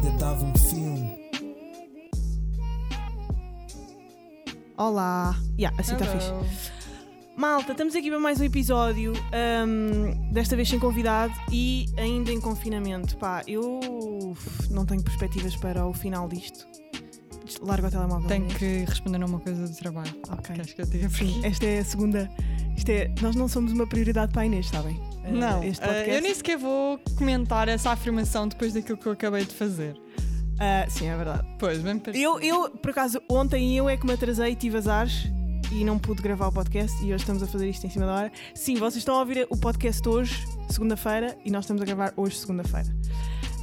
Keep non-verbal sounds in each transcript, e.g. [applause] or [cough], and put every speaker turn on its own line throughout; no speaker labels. contava um filme.
Olá! Yeah, assim está fixe. Malta, estamos aqui para mais um episódio, ahm, desta vez sem convidado e ainda em confinamento. Pá, eu uf, não tenho perspectivas para o final disto. Des- Largo o telemóvel. né?
Tenho
Inês.
que responder a uma coisa do trabalho.
Ok.
Queres que eu diga por
Sim,
aqui?
esta é a segunda. Isto é, nós não somos uma prioridade para a Inês, sabem? Eh,
[laughs] Não,
este
eh,
podcast.
eu nem sequer vou comentar essa afirmação depois daquilo que eu acabei de fazer.
Ah, sim, é verdade.
Pois, bem parecido.
Eu, eu, por acaso, ontem eu é que me atrasei, tive azares e não pude gravar o podcast e hoje estamos a fazer isto em cima da hora. Sim, vocês estão a ouvir o podcast hoje, segunda-feira, e nós estamos a gravar hoje, segunda-feira.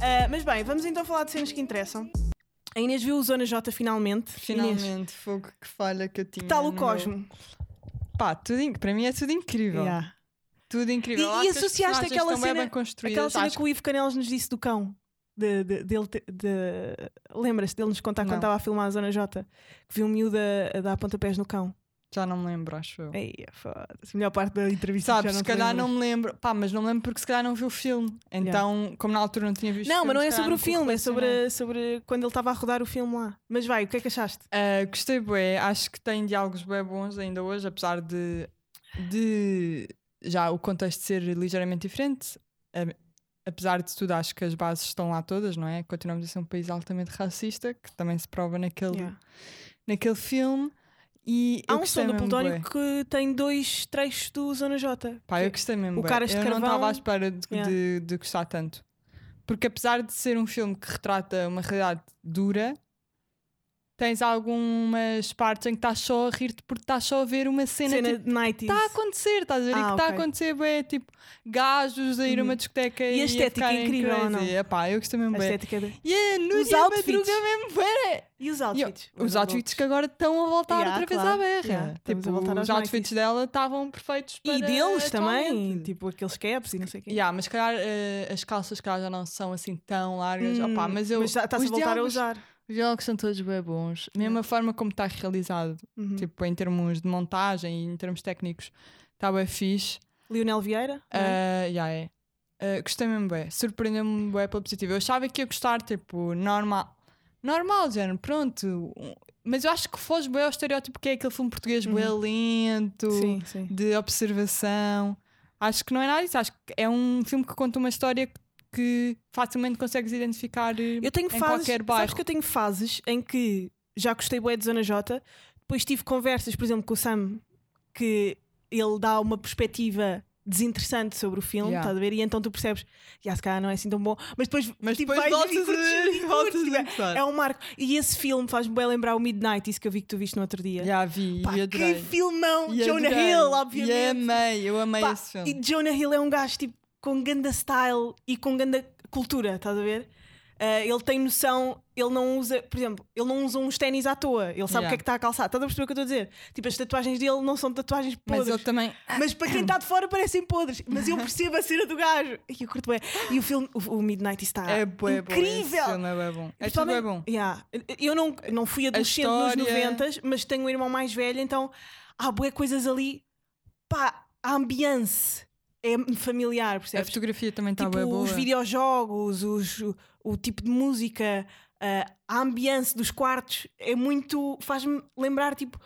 Ah, mas bem, vamos então falar de cenas que interessam. A Inês viu o Zona J finalmente. Inês,
Finalmente, fogo que falha que eu tinha.
que tal Tá, o
no
Cosmo?
meu- Pá, tudo in- para mim é tudo incrível.
Yeah.
Tudo incrível.
E-
Acho
e
que as
associaste
personagens
aquela
estão bem
cena-
bem construídas.
Aquela cena
Acho
que o Ivo Canelas nos disse do cão. De, de- dele te- de- Lembra-se dele nos contar quando
Não.
estava a filmar a Zona J? Que viu um miúdo a, a dar pontapés no cão.
que Já não me lembro, acho eu.
Ei, foda-se. Melhor parte da entrevista.
Sabes,
É, já
se
te
calhar
lembras.
não me lembro. Pá, mas não me lembro porque se calhar não vi o filme. Então, como na altura não tinha visto
Não,
filme,
mas não é
se calhar
sobre o filme, é
correlacionei.
sobre, sobre quando ele estava a rodar o filme lá. Mas vai, o que é que achaste?
Uh, gostei bué, acho que tem diálogos bué bons ainda hoje, apesar de, de já o contexto ser ligeiramente diferente. A- apesar de tudo, acho que as bases estão lá todas, não é? Continuamos a ser um país altamente racista, que também se prova naquele,
Yeah.
naquele filme. E
Há
eu
um
gostei
som do
mesmo
Plutónio
bué.
que tem dois trechos do Zona J. é
Pá, eu gostei mesmo.
O
bué.
Caras de
eu não
Carvão-
estava à espera de,
Yeah.
de- de gostar tanto. Porque apesar de ser um filme que retrata uma realidade dura, tens algumas partes em que estás só a rir-te porque estás só a ver uma cena,
Cena
tipo,
de 90
está a acontecer, estás a ver? e
Ah,
que está
ok.
a acontecer, bué, tipo, gajos a ir a
Uhum.
uma discoteca
E a estética é
ficarem
incrível, ou não?
crazy. Epá, eu gostei mesmo
A
bem.
estética de...
E é a
Os
Núria
outfits.
Madruga mesmo bué.
E os
E, ó,
outfits?
Os outfits que agora estão a voltar
Yeah,
outra vez
claro.
à berra.
Yeah, estamos
tipo,
a voltar aos
os outfits
Nikes.
dela estavam perfeitos para
E deles também,
atualmente.
tipo aqueles caps e não sei o quê.
Yeah, mas se calhar eh, as calças se calhar já não são assim tão largas.
Hum,
Opá, mas eu.
mas está-se a
os
voltar a
diálogos-
usar.
Os diálogos são todos bem bons. Mesmo a forma como está realizado,
Uhum.
tipo em termos de montagem e em termos técnicos, está bem fixe.
Lionel Vieira? não é?
Ah, já é. Ah, gostei mesmo bem. Surpreendeu-me bem pela positiva. Eu achava que ia gostar, tipo, normal. Normal, género, pronto. Um, Mas eu acho que foge bem ao estereótipo que é aquele filme português bué lento
Uhum. Sim, sim.
de observação. Acho que não é nada disso. Acho que é um filme que conta uma história que- que facilmente consegues identificar. eh,
Eu tenho
em
fases,
qualquer
sabes
bairro.
que eu tenho fases em que já gostei bué de Zona J, depois tive conversas, por exemplo, com o Sam, que ele dá uma perspectiva desinteressante sobre o filme,
Yeah.
estás a ver? E então tu percebes, já se calhar não é assim tão bom, mas depois,
Mas
tipo,
depois
vais e
voltas a-
curtes, [laughs] e
voltas
curtes,
a
tipo,
gostar.
É um marco. E esse filme faz-me bem lembrar o Midnight, isso que eu vi que tu viste no outro dia.
Já vi
um Pá,
e
que
adorei.
filmão!
E
Jonah Hill,
adorei. E é
obviamente.
amei, eu amei
Pá,
esse filme.
e Jonah Hill é um gajo tipo, com ganda style e com ganda cultura, estás a ver? Ah, ele tem noção, ele não usa, por exemplo, ele não usa uns ténis à toa, ele sabe o
Yeah.
que é que está a calçar, estás a perceber o que eu estou a dizer? Tipo, as tatuagens dele não são tatuagens
Mas
podres,
ele tá-
mas,
também.
para quem está de fora parecem podres, mas eu
[laughs]
percebo a cena do gajo e eu curto bem. E o filme, o, o Midnight está
É bué bom.
Ah, incrível!
Esse filme é bué bom. É tudo bué bom.
Yeah. Eu não, não fui adolescente nos
história.
90, mas tenho um irmão mais velho, então há bué coisas ali. Pá, a ambiance é familiar,
A
percebes?
fotografia também está
tipo,
bem boa.
os videojogos, os, o, o tipo de música, ah, a ambiance dos quartos é muito. faz-me lembrar, tipo.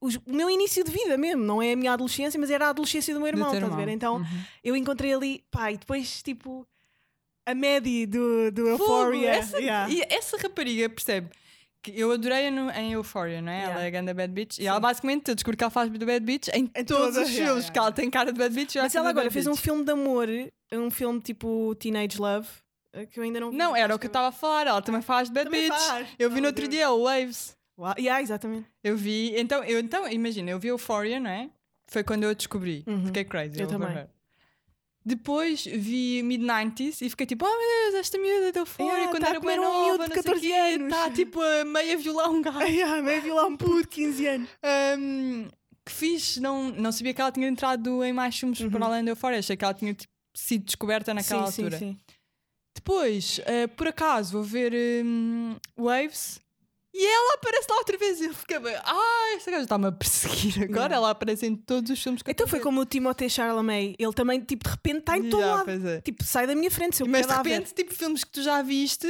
os- o meu início de vida mesmo, não é a minha adolescência, mas era a adolescência do meu
Do
irmão,
teu
estás a ver?
irmão.
Então
Uhum.
eu encontrei ali, pá, e depois, tipo, a Maddie do, do
Fogo,
Euphoria.
essa,
yeah.
E essa rapariga percebe que eu adorei no, em Euphoria, não é?
Yeah.
Ela é a ganda Bad Bitch.
Sim.
E ela basicamente eu descobri que ela faz de Bad Bitch em,
Em
todos
todas,
os
yeah,
filmes,
yeah,
que ela tem cara de Bad Bitch. e
Mas ela
ela faz a
agora
bad
fez um
bitch.
filme de amor, um filme tipo Teenage Love, eh, que eu ainda não vi.
Não, era
mas
o que eu estava a falar, ela também faz de Bad
Também
Bitch.
faz.
Eu vi
Oh,
no outro
Deus.
dia o Waves.
Uau, Yeah,
[laughs]
exatamente.
Eu vi, então, eu, então imagina, eu vi Euphoria, não é? Foi quando eu a descobri.
Uhum.
Fiquei crazy.
Eu
vou
também.
ver. Depois vi Mid-90s e fiquei tipo, oh meu Deus, esta miúda de Euphoria,
Yeah,
quando
tá a
era bem
comer um miúdo de
nova, não sei o
14
quê,
anos.
está tipo a meia
[laughs]
violar um gajo.
yeah, meio vi lá um puto de 15 anos.
Ahm, que fixe, não, não sabia que ela tinha entrado em mais filmes para além da Euphoria, achei que ela tinha tipo, sido descoberta naquela
Uhum. sim,
altura.
sim, sim.
Depois, ah, por acaso, vou ver ahm, Waves e ela aparece lá outra vez e eu fiquei bem, ah, esta gaja está-me a perseguir agora,
Yeah.
ela aparece em todos os filmes que eu
Então foi
estou a
como o Timothée Chalamet, ele também, tipo, de repente está em
ver.
todo
Yeah,
lado.
pois é.
Tipo, sai da minha frente, seu
Mas de
cadáver.
repente, tipo, filmes que tu já viste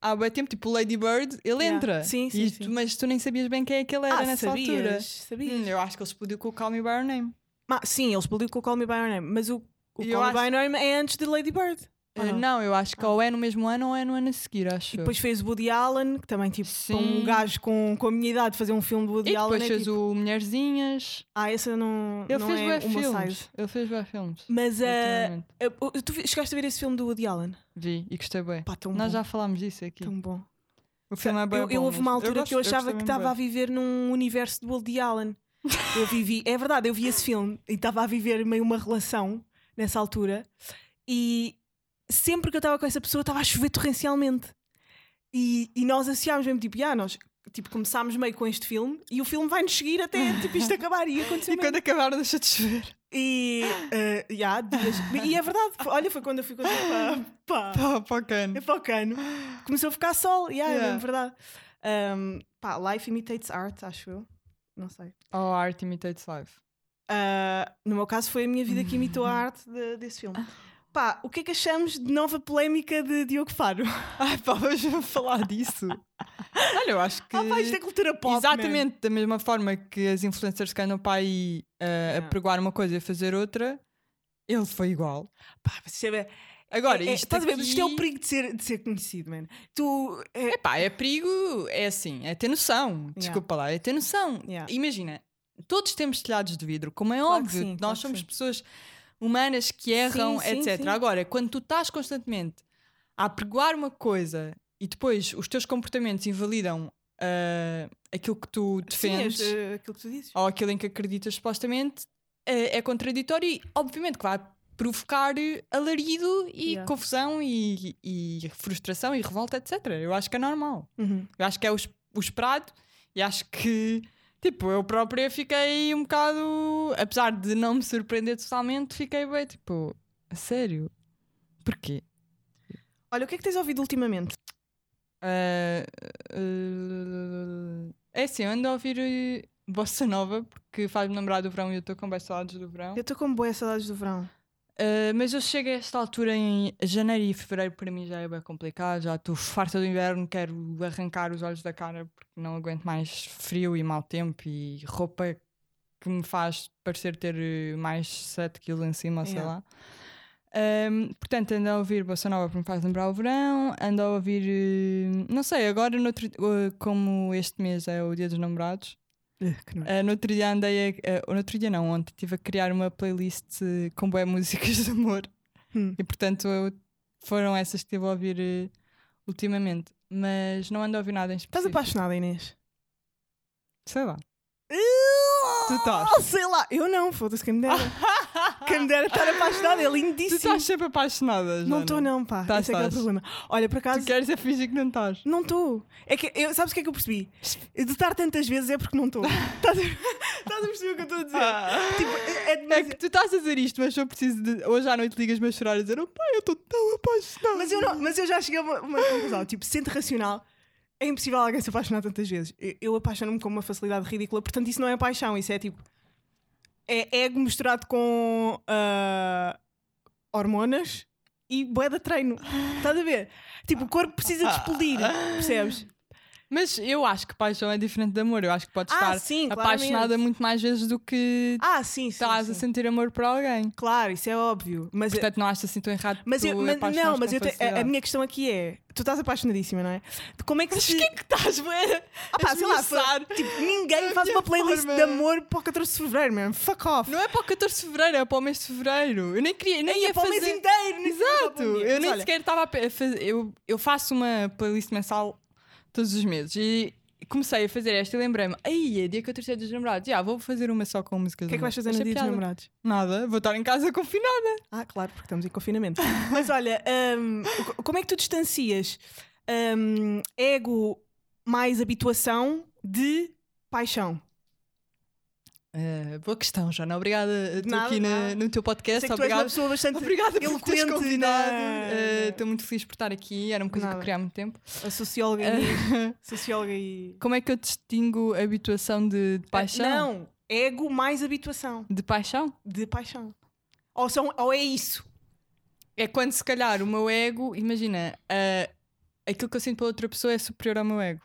há bem tempo, tipo o Lady Bird, ele
Yeah.
entra.
Sim,
E
sim,
tu-
sim.
Mas tu nem sabias bem quem é que ele era
Ah,
nessa
sabias,
altura.
sabias.
Hum, eu acho que ele explodiu com o Call Me By Your Name.
Ah, sim, ele explodiu com o Call Me By Your Name, mas o, o
Eu
Call
acho-
Me By Your Name é antes de Lady Bird. Ou
Eh,
não?
não, eu acho que ou é no mesmo ano ou é no ano a seguir, acho.
E
eu.
depois fez Woody Allen, que também, tipo, para um
Sim.
gajo com, com a minha idade fazer um filme de Woody
E
Allen.
depois
É
fez
tipo,
o Mulherzinhas.
Ah, essa não,
Ele
não
fez
é
bué
o meu
filmes.
size.
Ele fez bué filmes.
Mas eh,
ultimamente.
eh, o- tu vi- chegaste a ver esse filme do Woody Allen?
Vi e gostei bem.
Pá, tão
Nós
bom.
já falámos disso aqui.
Tão bom.
O filme é bem
eu,
bom.
eu houve uma
mas-
altura que eu
gosto-
achava
gostei
que
mesmo
estava a
bué.
viver num universo de Woody Allen. Eu vivi, é verdade, eu vi esse filme e estava a viver meio uma relação nessa altura. E sempre que eu estava com essa pessoa estava a chover torrencialmente. E, e nós associámos mesmo, tipo, ah, nós tipo, começámos meio com este filme e o filme vai nos seguir até tipo, isto acabar. E aconteceu
[laughs] E
mesmo.
quando acabar, deixa de [laughs] chover.
E, eh, e há dias- e é verdade, foi- olha, foi quando eu fui contigo para, para,
Pá, pá, cano.
é para o cano. Começou a ficar sol, yeah, é
Yeah.
mesmo verdade. Um, pá, life imitates art, acho eu. Não sei.
Oh, Art Imitates Life.
Ah, no meu caso, foi a minha vida que imitou
[laughs]
a arte de- desse filme.
Ah.
Pá, o que é que achamos de nova polémica de Diogo Faro?
[laughs] Ai, pá, vamos falar disso. Olha, eu acho que.
Ah, pá, isto é cultura pop. man.
Exatamente, da mesma forma que as influencers que andam para aí uh,
Yeah.
a pregoar uma coisa e a fazer outra, ele foi igual.
Pá, mas isto é,
Agora,
é, é,
isto,
estás a ver,
aqui-
isto é o perigo de ser, de ser conhecido, man. Tu. é-
Epá, é perigo, é assim, é ter noção. Desculpa lá, é ter noção.
Yeah.
Imagina, todos temos telhados de vidro, como é
Claro que
óbvio.
sim,
nós
claro que
somos
sim.
pessoas humanas que erram,
Sim, sim,
etc.
sim.
Agora, quando tu estás constantemente a pregoar uma coisa e depois os teus comportamentos invalidam ah, aquilo que tu defendes
Sim, é, é aquilo que tu dizes.
ou aquilo em que acreditas supostamente, é, é contraditório e, obviamente, que vai provocar alarido e
Yeah.
confusão e, e frustração e revolta, etc. Eu acho que é normal.
Uhum.
Eu acho que é o, es- o esperado e acho que, tipo, eu própria fiquei um bocado, apesar de não me surpreender totalmente, fiquei bem, tipo, a sério? Porquê?
Olha, o que é que tens ouvido ultimamente?
Ah, ah, é assim, eu ando a ouvir eh, Bossa Nova porque faz-me lembrar do verão e eu estou com bem saudades do verão.
Eu estou com boas saudades do verão.
Uh, mas eu chego a esta altura em janeiro e fevereiro, para mim já é bem complicado. Já estou farta do inverno, quero arrancar os olhos da cara porque não aguento mais frio e mau tempo e roupa que me faz parecer ter eh, mais 7 quilos em cima, ou sei
Yeah.
lá. Um, portanto, ando a ouvir Bossa Nova porque me faz lembrar o verão, ando a ouvir, eh, não sei, agora, noutro- eh, como este mês é o Dia dos Namorados, ah, no outro dia andei a. ah, no outro dia não, ontem estive a criar uma playlist eh, com boé músicas de amor.
Hum.
E portanto eu- foram essas que estive a ouvir eh, ultimamente. Mas não ando a ouvir nada em
Estás
específico.
apaixonada, Inês?
Sei lá.
Tu
estás?
Ah, Sei lá, eu não, foda-se, quem me
[laughs]
dera. quem me dera estar apaixonada, é
Tu
lindíssimo.
estás sempre apaixonada.
Não
Joana.
estou, não, pá.
Estás,
Esse é que é o
estás.
problema. Olha, por acaso,
Tu queres é fingir que não estás.
não estou. É que, eu, sabes o que é que eu percebi? De estar tantas vezes é porque não
[laughs]
estou. Estás a estás a perceber o que eu estou a dizer? Tipo, é, é
Ah. É
demasiado-
que tu estás a dizer isto, mas eu preciso de. Hoje à noite ligas-me a chorar e dizer: Oh pai, eu estou tão apaixonada.
mas, eu não- mas eu já cheguei a uma, uma conclusão. Tipo, sendo racional, é impossível alguém se apaixonar tantas vezes. Eu, eu apaixono-me com uma facilidade ridícula, portanto, isso não é paixão, isso é tipo. É ego misturado com ah, hormonas e bué de treino. Estás a ver? Tipo, o corpo
Ah.
precisa de explodir, percebes?
Mas eu acho que paixão é diferente de amor. Eu acho que podes
Ah,
estar
sim,
apaixonada
claramente.
muito mais vezes do que
Ah, sim, sim.
estás
sim.
a sentir amor por alguém.
Claro, isso é óbvio. Mas,
Portanto, não achas assim tão errado
mas,
tu
eu, mas-
apaixonares
não,
com
mas eu te- a, a
facilidade.
minha questão aqui é: tu estás apaixonadíssima, não é? De Como é que se.
que estás, bué?
Ah pá, sei lá,
esmiuçar?
foi- tipo, ninguém
A
faz
minha
uma playlist
forma.
de amor para o 14 de fevereiro, man. Fuck off.
Não é para o 14 de fevereiro, é para o mês de fevereiro. Eu nem queria, nem
Nem
ia
é para o
fazer...
mês inteiro, nem sequer só
Exato,
para um dia.
eu
Mas
nem
olha,
sequer estava a pe- a fazer. Eu, eu faço uma playlist mensal todos os meses e comecei a fazer esta e lembrei-me: aí é dia 14 é dos namorados, já vou fazer uma só com músicas.
O que é que
de amor."
vais fazer no
Achei
dia dos
piada.
namorados?
Nada, vou estar em casa confinada.
Ah, claro, porque estamos em
[laughs]
confinamento. Mas olha, hum, co- como é que tu distancias hum, ego mais habituação de paixão?
Eh, boa questão, Jana. Obrigada. Estou
nada,
aqui na-
nada.
no teu podcast.
Sei que tu és uma
Obrigada.
pessoa bastante
[laughs] Obrigada por me teres
eloquente
convidado.
na-
Eh,
na-
Estou muito feliz por estar aqui. Era uma coisa que
Nada.
eu queria há muito tempo.
A socióloga e,
[laughs]
socióloga e...
Como é que eu distingo habituação de, de paixão?
É, Não, ego mais habituação
De paixão?
de paixão. Ou, são, ou é isso.
É quando se calhar o meu ego, imagina, ah, aquilo que eu sinto pela outra pessoa é superior ao meu ego.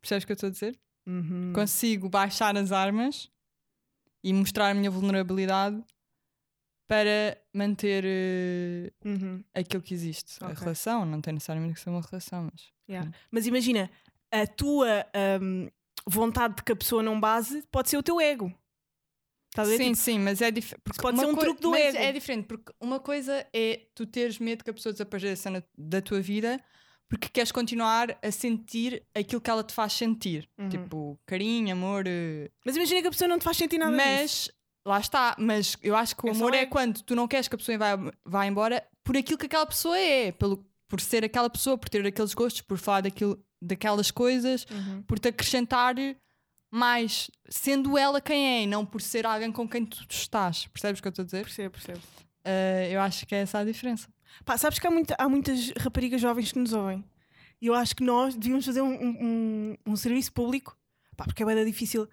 Percebes o que eu estou a dizer?
Uhum.
Consigo baixar as armas e mostrar a minha vulnerabilidade para manter eh,
Uhum.
aquilo que existe. A
Ok.
relação, não tem necessariamente que ser uma relação, mas.
Yeah. Mas imagina, a tua hum, vontade de que a pessoa não base pode ser o teu ego. Estás a ver?
Sim,
Tipo,
sim, mas é diferente.
pode ser um truque do
mas
ego.
é diferente, porque uma coisa é tu teres medo que a pessoa desapareça na- da tua vida porque queres continuar a sentir aquilo que ela te faz sentir.
Uhum.
Tipo, carinho, amor. eh,
Mas imagina que a pessoa não te faz sentir nada. disso.
Mas, lá está. Mas eu acho que o
É só
amor é
ego.
quando tu não queres que a pessoa vá, vá embora por aquilo que aquela pessoa é. Pelo, por ser aquela pessoa, por ter aqueles gostos, por falar daquilo, daquelas coisas
Uhum.
é
Percebo, percebo.
Eh, eu acho que é essa a diferença.
Pá, sabes que há, muita- há muitas raparigas jovens que nos ouvem. E eu acho que nós devíamos fazer um, um- um- um serviço público. Pá, porque é bem difícil.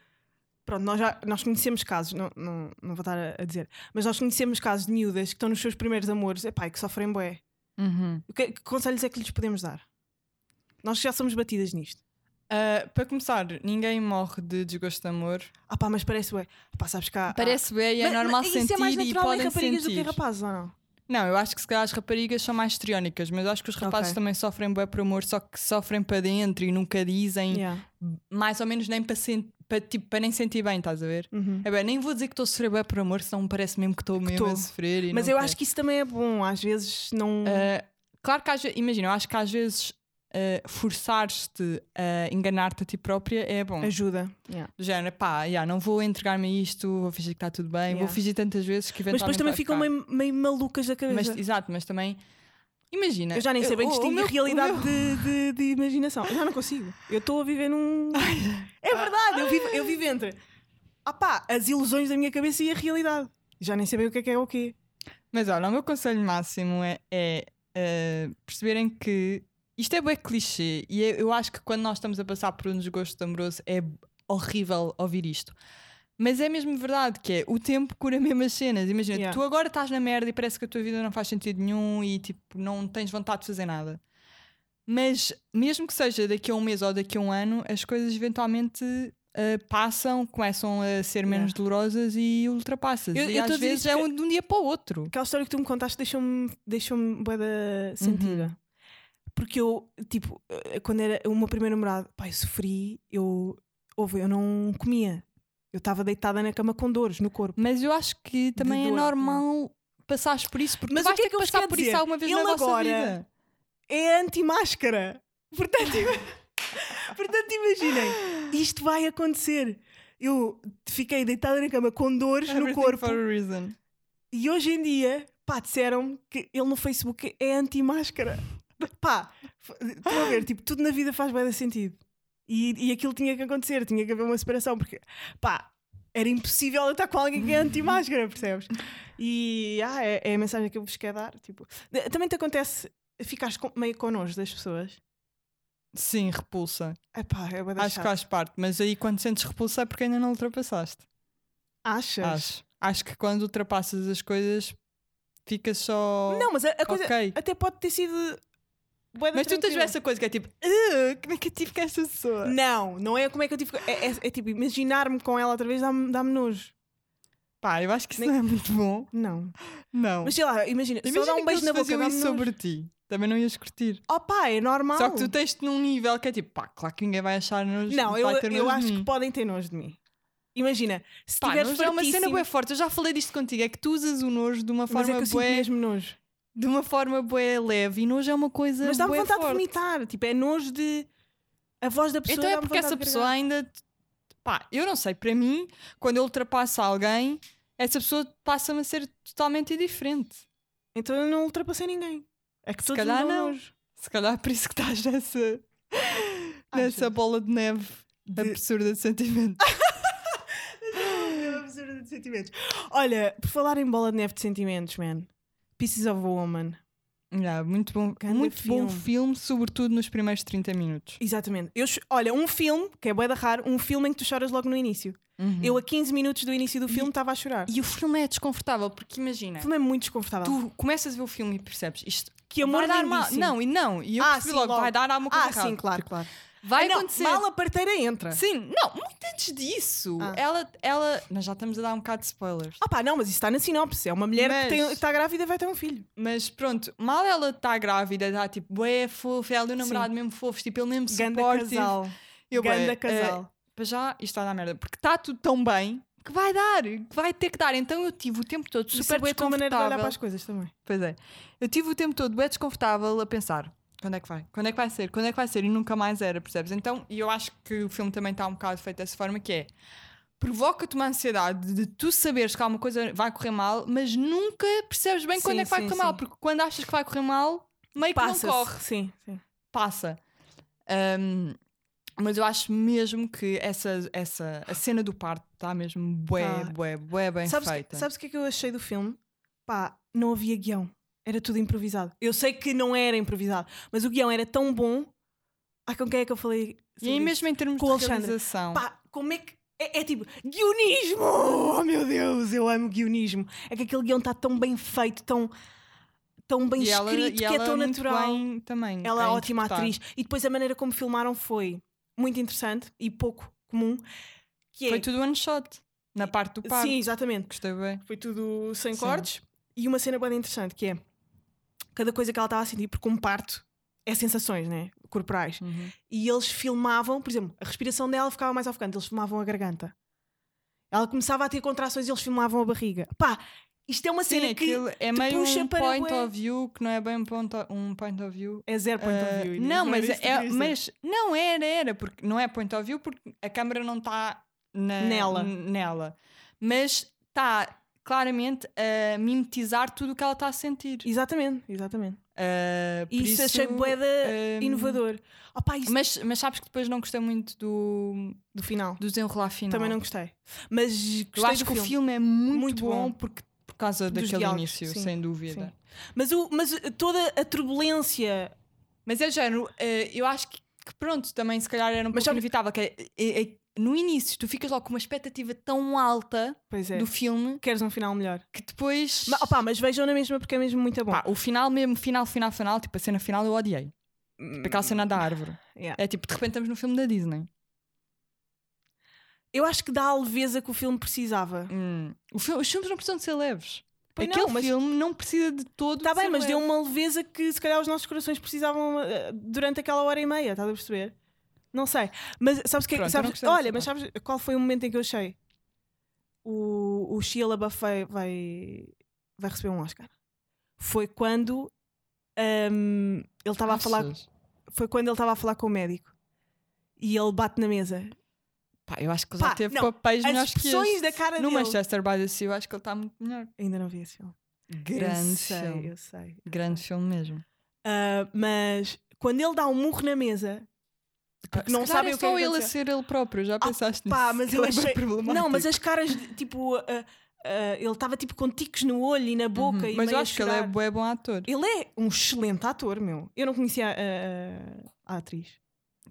Pronto, nós, já, nós conhecemos casos, não, não, não vou estar a, a dizer, mas nós conhecemos casos de miúdas que estão nos seus primeiros amores epá, e que sofrem bué.
Uhum.
O Que, que conselhos é que lhes podemos dar? Nós já somos batidas nisto.
Eh, para começar, ninguém morre de desgosto de amor.
Ah pá, mas parece bué. Ah pá, sabes cá.
Parece bem, é
Mas- mas
normal sentir
Isso é mais
e
natural em
podem
raparigas do que em
sentir.
rapazes, ou não?
não, eu acho que se calhar as raparigas são mais triónicas, mas eu acho que os rapazes
Ok.
também sofrem bem por amor, só que sofrem para dentro e nunca dizem,
Yeah.
mais ou menos nem para, sen- para, tipo, para nem sentir bem, estás a ver?
Uhum.
É bem, nem vou dizer que estou a sofrer bem por amor, senão me parece mesmo que estou mesmo
tô.
a sofrer. e
Mas
não
eu
quero.
acho que isso também é bom. Às vezes não.
Uh, claro que às vezes, imagina, eu acho que às vezes uh, forçar-te a enganar-te a ti própria é bom.
ajuda. Yeah.
Do género, pá, yeah, não vou entregar-me a isto, vou fingir que está tudo bem,
Yeah.
vou fingir tantas vezes que
Mas depois
eventualmente.
também
vai
ficam
ficar.
meio, meio malucas da
Mas,
cabeça.
exato, mas também. Imagina.
eu já nem sei bem
o- o
distinguir
meu-
a realidade
o meu-
de, de- de imaginação. Eu já não consigo. Eu estou a viver num. é verdade, eu vivo, eu vivo entre. Ah pá, as ilusões da minha cabeça e a realidade. Já nem sei bem o que é que é o quê.
Mas olha, o meu conselho máximo é, é, uh, perceberem que isto é bem clichê e eu eu acho que quando nós estamos a passar por um desgosto amoroso é horrível ouvir isto. Mas é mesmo verdade que é o tempo cura mesmo as cenas. Imagina,
Yeah.
tu agora estás na merda e parece que a tua vida não faz sentido nenhum e tipo, não tens vontade de fazer nada. Mas mesmo que seja daqui a um mês ou daqui a um ano, as coisas eventualmente uh, passam, começam a ser menos
Yeah.
dolorosas e ultrapassas.
Eu-
e
eu tô a dizer
às vezes
isto
é
porque-
um- de um dia para o outro.
Aquela história que tu me contaste deixou-me deixou boa sentida.
Uhum.
Porque eu, tipo, eh, quando era o meu primeiro namorado, pá, eu sofri, eu, ouve, eu não comia. Eu estava deitada na cama com dores no corpo.
Mas eu acho que também é
dor,
normal passares por isso, porque
Mas
tu
o
vais
que é
ter
que eu vos
passar
quero
por
dizer?
isso alguma vez
Ele
na nossa
agora- [laughs]
vida.
É anti-máscara. Portanto, ima- [laughs] Portanto, imaginem, isto vai acontecer. Eu fiquei deitada na cama com dores no corpo e hoje em dia, pá, disseram que ele no Facebook é anti-máscara. [laughs] Pá, f- estão a ver, tipo, tudo na vida faz bem sentido. E, e aquilo tinha que acontecer, tinha que haver uma separação, porque, pá, era impossível eu estar com alguém que é anti-máscara, percebes? E ah, é, é a mensagem que eu vos quero dar. Tipo, De- também te acontece ficares com- meio com nojo das pessoas.
Sim, repulsa.
É pá, é bué da
Acho que
chato.
faz parte. Mas aí quando sentes repulsa é porque ainda não ultrapassaste.
Achas?
Acho. Acho que quando ultrapassas as coisas ficas só.
Não, mas a, a coisa
ok.
até pode ter sido. bué da
Mas tu tens
tranquila.
essa coisa que é tipo, "Ah, como é que eu tive com esta pessoa?
Não, não é como é que eu tive. É, é- é tipo, imaginar-me com ela outra vez dá-me dá nojo.
Pá, eu acho que isso não é muito bom.
Não.
Não.
Mas sei lá, imagina,
Imagina
só dar um
que
beijo
eles
na boca
faziam
dá-me
isso
nojo.
sobre ti. Também não ias curtir.
Oh pá, é normal.
Só que tu tens-te num nível que é tipo, pá, claro que ninguém vai achar nos
Não,
vai
eu,
ter nojo
eu
de
acho
mim.
que podem ter nojo de mim. Imagina, se
Pá,
tiveres
nojo é uma cena
fartíssimo-
bué forte. Eu já falei disto contigo. É que tu usas o nojo de uma
mas é
forma
que eu sinto
bué,
mesmo nojo.
de uma forma bué leve e nojo é uma coisa
Mas dá-me
bué
vontade
forte.
de vomitar. Tipo, é nojo de. A voz da pessoa
Então é
dá-me
porque essa
vontade de
pessoa
gargalhar.
ainda... Pá, eu não sei. Para mim, quando eu ultrapasso alguém, essa pessoa passa-me a ser totalmente indiferente.
Então eu não ultrapassei ninguém. É que
Se
todos me
calhar
dão
não.
nojo.
Se calhar é por isso que estás nessa... nessa
Achas?
bola de neve absurda de
[laughs]
sentimentos.
É uma mistura de sentimentos. Olha, por falar em bola de neve de sentimentos, man. Pieces of a Woman.
Yeah, muito bom,
Ganda
muito bom
filme.
filme, sobretudo nos primeiros 30 minutos.
Exatamente. Eu cho- olha, um filme, que é bué da raro, um filme em que tu choras logo no início. Eu a 15 minutos do início do filme estava a chorar.
Hum. E o filme é desconfortável, porque
O
imagina,
filme é muito desconfortável.
tu começas a ver o filme e percebes isto.
que amor
vai dar mal.
lindíssimo.
Não, e não. E eu
Ah,
percebi
sim,
logo,
logo.
vai dar alguma coisa
Ah,
errada. Tipo,
sim, claro, claro.
Vai
não,
acontecer.
mal a parteira entra.
Sim, não, muito antes disso.
Ah.
Ela, ela. Nós já estamos a dar um bocado de spoilers.
Opá, não, mas isso está na sinopse. É uma mulher que
Mas-
tem- que está grávida e vai ter um filho.
Mas pronto, mal ela está grávida, está tipo, bué fofa, ela e o namorado mesmo fofos, tipo, ele mesmo
Ganda
suporte.
casal.
Eu, bué,
Ganda
eh,
casal.
para já, isto está na merda, porque está tudo tão bem que vai dar, que vai ter que dar. Então eu tive o tempo todo
Super
super
boa tua é maneira de olhar para as
desconfortável.
coisas também.
Pois é. Eu tive o tempo todo bem desconfortável a pensar. Quando é que vai? Quando é que vai ser? Quando é que vai ser? E nunca mais era, percebes? Então, e eu acho que o filme também está um bocado feito dessa forma, que é provoca-te uma ansiedade de tu saberes que alguma coisa vai correr mal, mas nunca percebes bem quando
Sim,
é que vai
sim,
correr mal,
sim.
porque quando achas que vai correr mal, meio que
Passa-se.
não corre
Sim, sim.
passa. Ahm, mas eu acho mesmo que essa, essa a cena do parto está mesmo bué,
Tá.
bué, bué bem
Sabes,
feita.
sabes o que é que eu achei do filme? Pá, não havia guião. Era tudo improvisado. Eu sei que não era improvisado, mas o guião era tão bom. Ai, com quem é que eu falei?
e aí
sobre
mesmo em termos
Com
de
o Alexandre.
realização.
Pá, como é que. É, é tipo, guionismo! Oh meu Deus, eu amo guionismo. É que aquele guião está tão bem feito, tão, tão bem
e ela,
escrito,
e
que é
ela
tão
muito
natural.
bem também.
ela é
a
ótima
interpretar.
atriz. E depois a maneira como filmaram foi muito interessante e pouco comum. Que é,
Foi tudo one shot. Na parte do parto.
Sim, exatamente.
Gostei bem.
Foi tudo sem
Sim.
cortes. E uma cena bem interessante que é cada coisa que ela estava a sentir, porque um parto é sensações, né? Corporais. E eles filmavam, por exemplo, a respiração dela ficava mais ofegante, eles filmavam a garganta. Ela começava a ter contrações e eles filmavam a barriga. Pá, isto é uma
Sim,
cena que
aquilo é
te
meio
puxa
um
para
point
bué.
of view que não é bem um ponto- um point of view.
é zero point
Ah,
of view. Inês,
não,
era
mas,
isso que
é,
querias dizer.
mas não era, era, porque não é point of view porque a câmera não está
Nela.
nela. Mas está claramente a mimetizar tudo o que ela está a sentir.
Exatamente, exatamente.
Ah, por
Isso, achei boeda
hum,
inovador. Opá, isso
Mas, mas sabes que depois não gostei muito do,
do final.
do desenrolar final.
Também não gostei. Mas
Eu
gostei
acho
do
que o
filme.
filme é muito,
Muito
bom,
bom.
porque, por causa
Dos
daquele
diálogos,
início,
sim,
sem dúvida.
sim. Mas, o, mas toda a turbulência.
Mas é o género, eh, eu acho que, que pronto, também se calhar era um
Mas
pouco
sabe-
inevitável, que é- é- é- no início tu ficas logo com uma expectativa tão alta
Pois é.
do filme
Queres um final melhor.
que depois.
Mas, opá, mas vejam na mesma porque é mesmo muito bom.
Pá, o final mesmo, final, final, final, tipo a cena final eu odiei.
Hum,
Tipo aquela cena da árvore.
yeah.
É tipo, de repente estamos no filme da Disney.
Eu acho que dá a leveza que o filme precisava.
Hum, o fi- os filmes não precisam de ser leves.
Pois não,
Aquele
mas-
filme não precisa de todo.
Está
de
Tá bem,
ser
mas
leve.
deu um uma leveza que se calhar os nossos corações precisavam eh, durante aquela hora e meia, estás a perceber? Não sei. Mas sabes o que é que.
Pronto, eu não
Sabes,
gostei muito
olha,
do
mas sabes qual foi o momento em que eu achei? O, o Shia LaBeouf vai, vai, vai receber um Oscar. Foi quando ahm, ele
Ah,
estava a falar.
Achas?
Foi quando ele estava a falar com o médico. E ele bate na mesa.
Pá, eu acho que ele
Pá,
já teve
não,
papéis
As
melhores que
expressões
este.
da cara
No
dele.
Manchester by the Sea, eu acho que ele está muito melhor.
Ainda não vi esse filme. eu
Grande
sei,
filme.
eu sei.
Grande filme mesmo.
Ah, mas quando ele dá um murro na mesa, porque
Se
não
calhar
sabem
é
o que é
só
que
ele a
aconteceu.
ser ele próprio, já
Ah,
pensaste nisso?
pá, mas
Que
eu
[laughs] ele é bem
achei-
problemático.
Não, mas as caras, de- tipo, ah, ah, ele estava tipo com ticos no olho e na
Uhum,
boca. E
Mas
meio
eu
a
acho que ele é
chorar.
bué bom ator.
Ele é um excelente ator, meu. Eu não conhecia ah, a, atriz,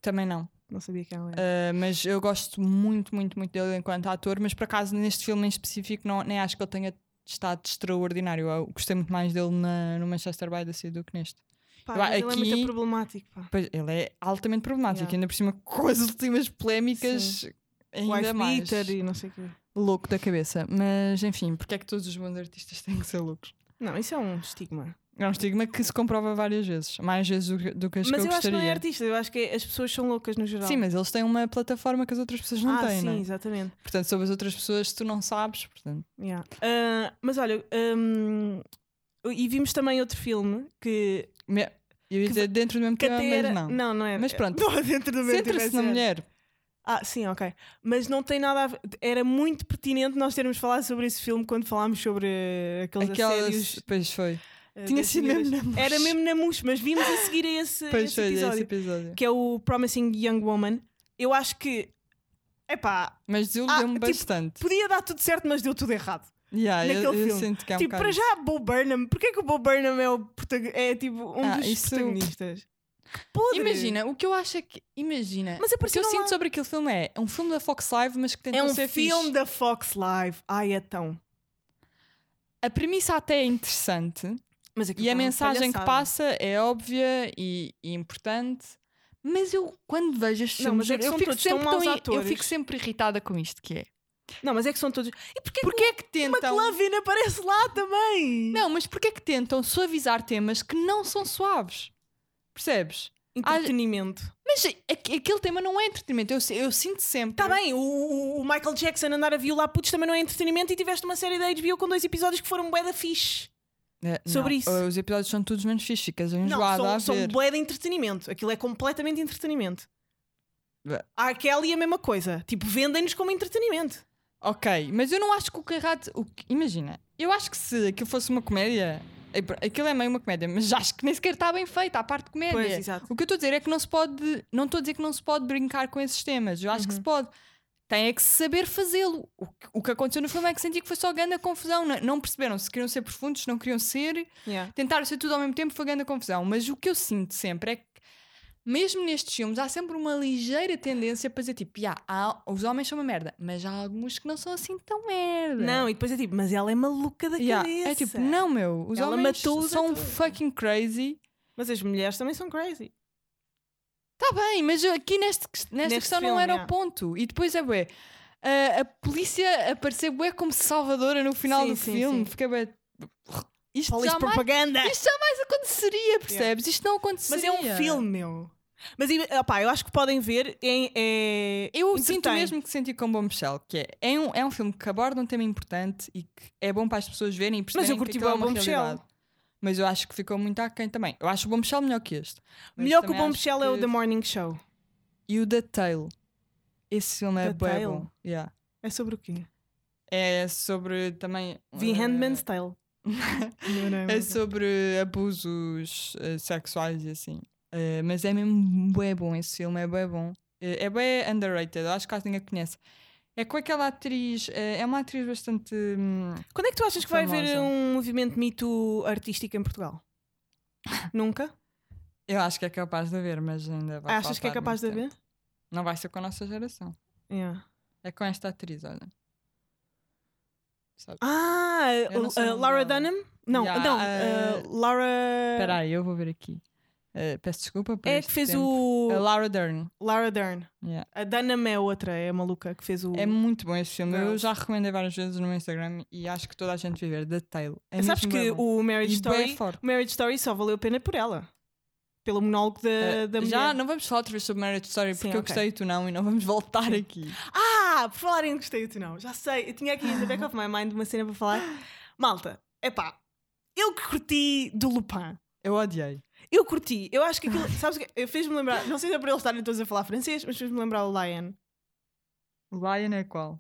Também não.
não sabia quem ela era.
Uh, mas eu gosto muito, muito, muito dele enquanto ator, mas por acaso neste filme em específico não, nem acho que ele tenha estado extraordinário. Eu gostei muito mais dele na- no Manchester by the Sea do que neste.
Pá,
eu-
mas ele é
aqui-
muito problemático. Pá.
Pois, ele é altamente problemático,
Yeah.
ainda por cima com as últimas polémicas ainda
Wife
mais
beater e não sei o quê.
louco da cabeça. Mas enfim, porque é que todos os bons artistas têm que ser loucos?
Não, isso é um estigma.
É um estigma que se comprova várias vezes, mais vezes do, que- do que as
mas
que
eu, acho
eu
que
gostaria.
não é artista, eu acho que as pessoas são loucas no geral.
Sim, mas eles têm uma plataforma que as outras pessoas não
ah,
têm,
sim,
não é?
exatamente.
Portanto, sobre as outras pessoas, se tu não sabes, portanto.
Yeah. Ah, mas olha, hum, e vimos também outro filme que,
me- Eu ia
Que
dizer dentro do mesmo
que
tema,
até era.
mas não.
não, não era.
Mas
[laughs]
pronto.
Não, dentro do meu
Centra-se na
universo.
mulher.
Ah, sim, ok. Mas não tem nada a ver. Era muito pertinente nós termos falado sobre esse filme quando falámos sobre eh, aqueles
Aquelas.
assédios.
Pois foi.
eh,
Tinha
das
sido
miúdas.
mesmo na murcha.
Era mesmo na MUS, mas vimos a seguir
[laughs]
a esse,
Pois
esse
foi,
episódio.
esse episódio.
Que é o Promising Young Woman. Eu acho que. Epá,
Mas desiludiu-me
tipo,
bastante.
podia dar tudo certo, mas deu tudo errado.
Yeah, eu,
naquele
eu
filme.
sinto que é um
tipo,
bocado
para já, Bo Burnham. Porquê que o Bo Burnham é, o protago- é tipo um
Ah,
dos
isso-
protagonistas? Podre.
Imagina, o que eu acho é que. Imagina.
Mas é
o que eu
apareceram
sinto
lá.
sobre aquele filme é. É um filme da Fox Live, mas que tentou
É um
ser
filme
fixe.
da Fox Live. Ai, é tão.
A premissa até é interessante.
Mas
E a mensagem é que passa é óbvia e, e importante. Mas eu, quando vejo estes
Não,
filmes,
mas é que
eu,
são
fico
todos tão
sempre
maus
tão, eu
atores.
fico sempre irritada com isto que é.
Não, mas é que são todos. E porquê,
Porquê é que
que o
tentam...
McLovin aparece lá também?
Não, mas porquê é que tentam suavizar temas que não são suaves? Percebes?
Entretenimento.
Mas a- aquele tema não é entretenimento. Eu, se- eu sinto sempre...
Está Tá bem, o- o, o Michael Jackson andar a violar putos também não é entretenimento e tiveste uma série da HBO com dois episódios que foram bué da fixe.
É,
Sobre
não,
isso.
Os episódios são todos menos fixe, ficas enjoada
não,
a
são, são
ver.
bué de entretenimento. Aquilo é completamente entretenimento.
Bué.
A Kelly é a mesma coisa. Tipo, vendem-nos como entretenimento.
Ok, mas eu não acho que o Carrado. o que- Imagina, eu acho que se aquilo fosse uma comédia. eh, pr- Aquilo é meio uma comédia, mas acho que nem sequer está bem feita, à parte de comédia.
Pois, exato.
O que eu estou a dizer é que não se pode. Não estou a dizer que não se pode brincar com esses temas. Eu acho que se
Uhum.
pode. Tem é que saber fazê-lo. O, que- o que aconteceu no filme é que senti que foi só grande confusão. Não, não perceberam se queriam ser profundos, se não queriam ser. Tentaram ser tudo ao mesmo tempo foi grande confusão. Mas o que eu sinto sempre é que, mesmo nestes filmes, há sempre uma ligeira tendência para dizer tipo, "Ya, há- os homens são uma merda, mas há alguns que não são assim tão merda.
Não, e depois é tipo, mas ela é maluca da
Ya,
cabeça.
é tipo, não, meu, os
Ela
homens
matou-os a
são
todos.
fucking crazy.
Mas as mulheres também são crazy.
Está Tá bem, mas aqui neste, nesta
Neste
questão não
filme,
era
ya.
o ponto. E depois é bué. A, a polícia apareceu bué como salvadora no final
Sim,
do
sim,
filme.
sim.
Fiquei bué. Isto
Police
jamais,
propaganda.
isto jamais aconteceria, percebes? Isto não
Mas
aconteceria.
é um filme, meu. Mas opá, eu acho que podem ver. em- é-
Eu
entretém.
sinto o mesmo que senti com Bom Michel, que é, é, um, é um filme que aborda um tema importante e que é bom para as pessoas verem e perceberem
eu
que
curti
aquilo é
bué o
uma
Bom Michel.
realidade. Mas eu acho que ficou muito aquém também. Eu acho o Bom Michel melhor que este. Mas
Melhor que o
também
Bom
acho
Michel é o
que-
The Morning Show.
E o The Tale. Esse filme é
The
bué
Tale?
bom. Yeah.
É sobre o quê?
É sobre também...
The
eh,
Handman's
[laughs]
Tale. Não, não,
É
não.
sobre abusos eh, sexuais e assim. Eh, mas é mesmo bué bom esse filme, é bué bom. Eh, é bué underrated, eu acho que quase ninguém conhece. É com aquela atriz, eh, é uma atriz bastante... hum,
Quando é que tu achas que vai haver
Famosa.
um movimento mito artístico em
[laughs]
Portugal? Nunca?
Eu acho que é capaz de haver, mas ainda vai
Achas que é
faltar
capaz de
muito
haver?
tempo. Não vai ser com a nossa geração.
Yeah.
É com esta atriz, olha. Sabe?
Ah,
Eu não
o-
sei o
a
nome
Laura
dela.
Dunham? Não,
Yeah,
não.
eh,
a Laura.
Espera aí, eu vou ver aqui. Eh, peço desculpa por
É
este
que fez
tempo.
o.
A Laura Dern.
Laura Dern.
yeah.
A Dunham é outra, é a maluca que fez o.
É muito bom este filme. Eu
Girls.
já recomendei várias vezes no meu Instagram e acho que toda a gente viver. The Tale. É
Sabes
mesmo
que
bué bom.
o Marriage
E bué
Story.
forte.
O Marriage Story só valeu a pena por ela. Pelo monólogo da,
Eh,
da mulher.
já não vamos falar outra vez sobre Marriage Story porque
Sim,
eu
ok.
gostei e tu não e não vamos [laughs] voltar aqui.
Ah, por falar em gostei tu não, já sei. Eu tinha aqui in the back of my mind uma cena para falar. Malta, epá, eu que curti do Lupin.
Eu odiei.
Eu curti. Eu acho que aquilo. Sabes o que? Eu fez-me lembrar. Não sei se é por eles estarem todos a falar francês, mas fez-me lembrar o Lion.
O Lion é qual?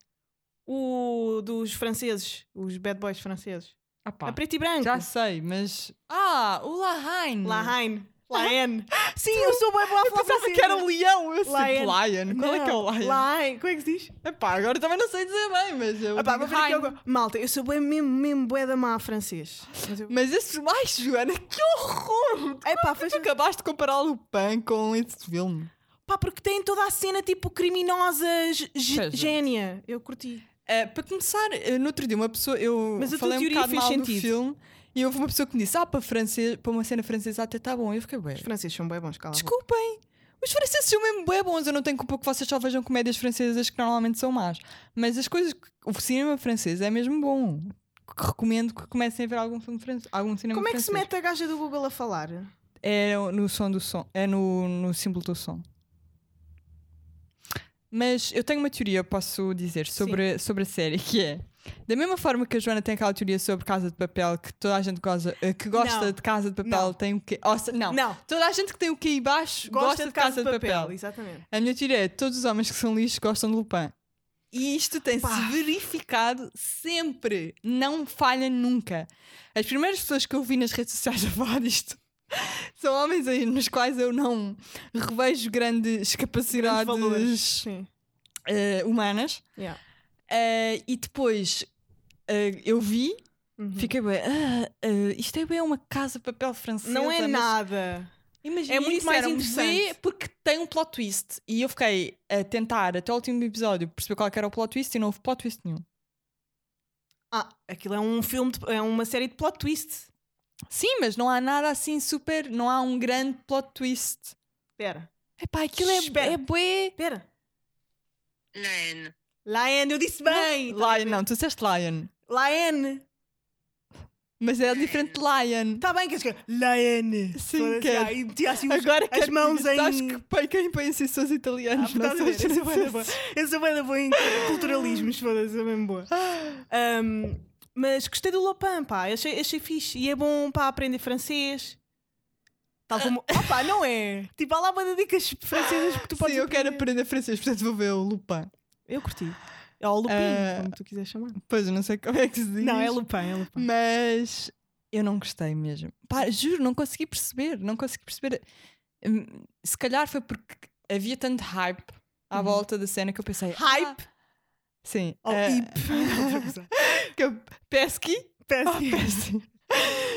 O dos franceses. Os bad boys franceses.
Ah, pá.
A preto e branco.
Já sei, mas. Ah, o Lahain!
Lahain. Lion. [laughs] Sim, eu sou bem boa a
Eu
falar
pensava
francês.
que era um leão, eu sei.
Lion.
Lion. Qual é que é o
Não,
Lion? Ah,
Lion. Como é que se diz?
Epá, agora também não sei dizer bem, mas eu.
Epá,
digo
vou ver aqui
Lion.
agora. Malta, eu sou bem mesmo, mesmo bué da má a francês. Mas eu...
Mas esse mais, Joana, [laughs] que horror!
Epá, fez
Tu acabaste de comparar o Lupin com esse filme.
Pá, porque tem toda a cena tipo criminosa g- g-
Pois é.
génia. Eu curti.
É, para começar, eh, no outro dia, uma pessoa. Eu
Mas a tua
falei um
teoria
bocado
fez
mal do
sentido.
filme e houve uma pessoa que me disse: Ah, para, francês, para uma cena francesa até está bom. Eu fiquei, ué.
Os franceses são bem bons, cala. a boca.
Desculpem. Os franceses são mesmo bem bons. Eu não tenho culpa que vocês só vejam comédias francesas que normalmente são más. Mas as coisas. que- O cinema francês é mesmo bom. Que Recomendo que comecem a ver algum filme francês. Algum cinema
Como é que se
francês.
mete a gaja do Google a falar?
É no som do som. É no, no símbolo do som. Mas eu tenho uma teoria, posso dizer, sobre, sobre a série, que é. Da mesma forma que a Joana tem aquela teoria sobre Casa de Papel, que toda a gente goza, eh, que gosta
Não.
de Casa de Papel
Não.
tem o quê? Ou se- não.
Não.
Toda a gente que tem o quê aí baixo gosta, de Casa de Papel.
Exatamente.
A minha teoria é todos os homens que são lixos gostam de Lupin. E isto tem-se
Pá.
verificado sempre. Não falha nunca. As primeiras pessoas que eu vi nas redes sociais [laughs] a falar disto são homens aí nos quais eu não revejo
Grandes valores.
grandes capacidades
Sim.
eh, humanas.
Yeah.
Eh, e depois eh, eu vi,
Uhum.
fiquei bem. "Ah, ah, isto é bem uma casa de papel francesa.
Não é
mas
nada.
Imagina,
É muito
isso
mais
era um
interessante.
V porque tem um plot twist. E eu fiquei a tentar até o último episódio perceber qual é que era o plot twist e não houve plot twist nenhum.
Ah, aquilo é um filme, de- é uma série de plot twist.
Sim, mas não há nada assim super. Não há um grande plot twist.
Espera,
Epá, aquilo é,
Espera.
é bué.
espera.
Lion.
Lion, eu disse bem!
Lion, não, tu disseste Lion.
Lion!
Mas é diferente de Lion.
Está Tá bem, queres que. Lion!
Sim,
Foda-se,
quero.
ah, e meti assim os-
Agora
as
quero
mãos em.
Acho que põe quem põe assim são os
Ah,
italianos,
por
não
causa
são os
disso, eu sou bué da boa.
franceses.
Eu sou bem boa em culturalismos, foda-se, eu mesmo boa. Ahm, mas gostei do Lopin, pá, achei, achei fixe. E é bom para aprender francês. Tal
[laughs]
como. Ah, pá, não é? Tipo, há lá uma de dicas francesas que tu
Sim,
podes.
eu quero
aprender.
aprender francês, portanto vou ver o Lupin.
Eu curti. É o Lupin,
Ah.
como tu quiser chamar.
Pois, eu não sei como é que se diz.
Não, é Lupin, é Lupin.
Mas eu não gostei mesmo. Pá, juro, não consegui perceber. Não consegui perceber. Hum, Se calhar foi porque havia tanto hype à
Uhum.
volta da cena que eu pensei.
Hype? Oh,
"Ah, sim.
Ou
eh,
hip. [laughs] Outra
[laughs]
coisa.
que eu- pesqui?
[laughs] Peço-
Ah, pesqui.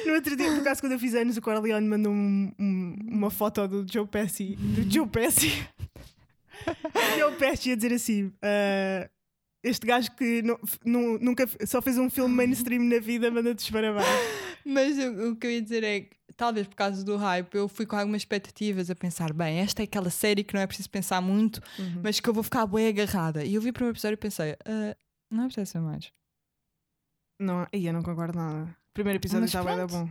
No outro dia, por acaso, quando eu fiz anos, o Corleone mandou um- um- uma foto do Joe Pesci. Do Joe Pesci. [laughs] O Joe Pesci a dizer assim: ah, Este gajo que nu- nu- nunca f- só fez um filme mainstream na vida, manda-te os parabéns.
Mas o, o que eu ia dizer é que, talvez por causa do hype, eu fui com algumas expectativas a pensar: bem, esta é aquela série que não é preciso pensar muito,
Uhum.
mas que eu vou ficar bem agarrada. E eu vi o primeiro episódio e pensei: "Ah, não apetece ver mais.
Não, aí eu não concordo nada. Primeiro episódio
Mas
estava bem
pronto.
bom.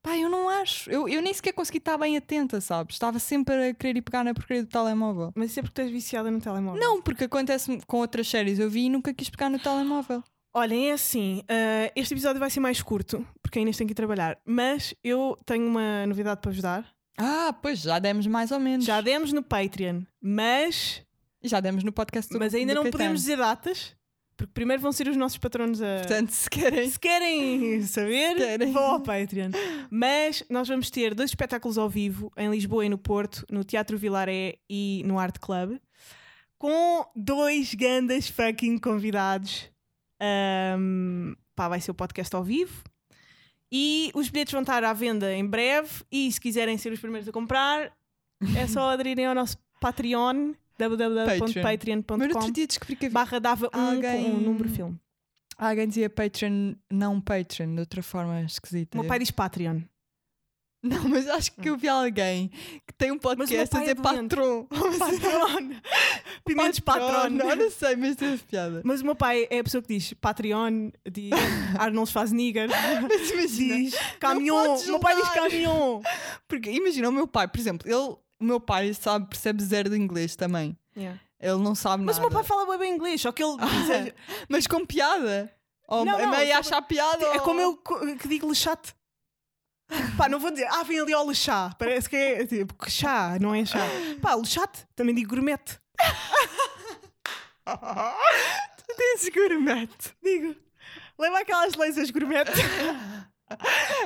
Pá, eu não acho. Eu, eu nem sequer consegui estar bem atenta, sabes? Estava sempre a querer ir pegar na porcaria do telemóvel.
Mas isso é porque estás viciada no telemóvel.
Não, porque acontece com outras séries. Eu vi e nunca quis pegar no telemóvel.
Olhem, é assim, ah, este episódio vai ser mais curto, porque a Inês tem que ir trabalhar, mas eu tenho uma novidade para vos dar.
Ah, pois já demos mais ou menos.
Já demos no Patreon, mas
Já demos no podcast do
Mas ainda
do
não
Caetano.
podemos dizer datas, porque primeiro vão ser os nossos patronos a.
Portanto, se querem.
se querem saber,
Querem.
vão ao Patreon. Mas nós vamos ter dois espetáculos ao vivo em Lisboa e no Porto, no Teatro Vilaré e no Art Club, com dois grandes fucking convidados. Ahm, pá, vai ser o podcast ao vivo. E os bilhetes vão estar à venda em breve. E se quiserem ser os primeiros a comprar, é
[laughs]
só aderirem ao nosso Patreon
Mas no outro
www.patreon.com
dia descobri que havia...
barra dava um
Alguém-
com um número filme.
alguém dizia Patreon, não Patreon, de outra forma esquisita.
O meu pai diz [laughs] Patreon.
Não, mas acho que eu vi alguém que tem um
meu
podcast a
pai é
dizer
doente.
patrão.
assim? Patron. Pimentos
Patrão,
Patron.
Não, não sei, mas teve piada.
Mas o meu pai é a pessoa que diz Patreon, [laughs] diz Arnold Schwarzenegger,
Mas imagina.
diz
Não
caminhão.
podes
O meu pai diz
julgar.
caminhão.
Porque imagina o meu pai, por exemplo, ele, o meu pai sabe, percebe zero de inglês também. Ele não sabe
Mas o
nada.
meu pai fala bué bem inglês, só que ele diz-
[laughs] Mas com piada. Ou
Não,
a
não,
mãe
eu
acha a piada.
é
ou-
como eu co- que digo lechate. Pá, não vou dizer, ah, vem ali ao lechá. Parece que é tipo, que chá, não é chá. Pá, lechate, também digo gourmet.
Tu dizes gourmet.
Digo. Leva aquelas leisas gourmet.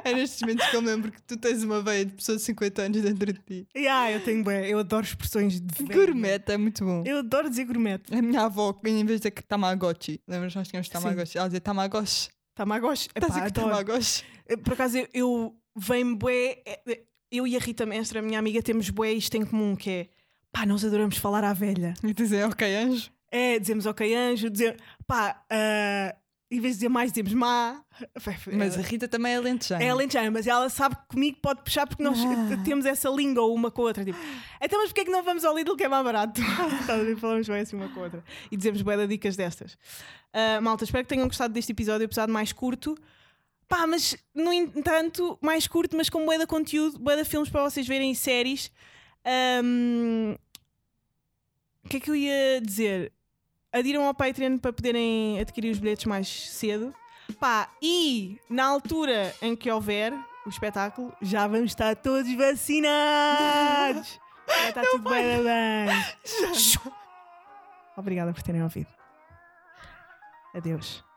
É nestes momentos que eu me lembro que tu tens uma veia de pessoas de 50 anos dentro de ti.
Yeah, eu tenho bué, eu adoro expressões de velho.
Gourmet é muito bom.
Eu adoro dizer gourmet.
A minha avó, em vez de dizer que é Tamagotchi, lembras nós tínhamos
Sim.
Tamagotchi? Ela dizia Tamagotchi.
Tamagotchi. Tá, Epá,
Estás a dizer que
adoro.
Tamagotchi?
Eh, Por acaso, eu, eu venho bué... eh, eh, Eu e a Rita Mestre, a minha amiga, temos bué isto em comum, que é... Pá, nós adoramos falar à velha.
E dizem, ok, anjo.
É, dizemos ok anjo, dizer... Pá, ah, em vez de dizer mais, dizemos má. [laughs]
Mas a Rita também é lentejana.
É alentejana, mas ela sabe que comigo pode puxar porque nós
Ah.
eh, temos essa língua uma com a outra. Tipo, então, mas porquê é que não vamos ao Lidl que é mais barato? [laughs] Estás a ver? Falamos bem assim uma com a outra. E dizemos bué de dicas destas. Ah, malta, espero que tenham gostado deste episódio, apesar de mais curto. Pá, mas no entanto, mais curto, mas com bué de conteúdo, bué de filmes para vocês verem e séries. Ahm, O que é que eu ia dizer? Adiram ao Patreon para poderem adquirir os bilhetes mais cedo. Pá, e na altura em que houver o espetáculo, já vamos estar todos vacinados! Já está tudo bem, bem. Obrigada por terem ouvido. Adeus.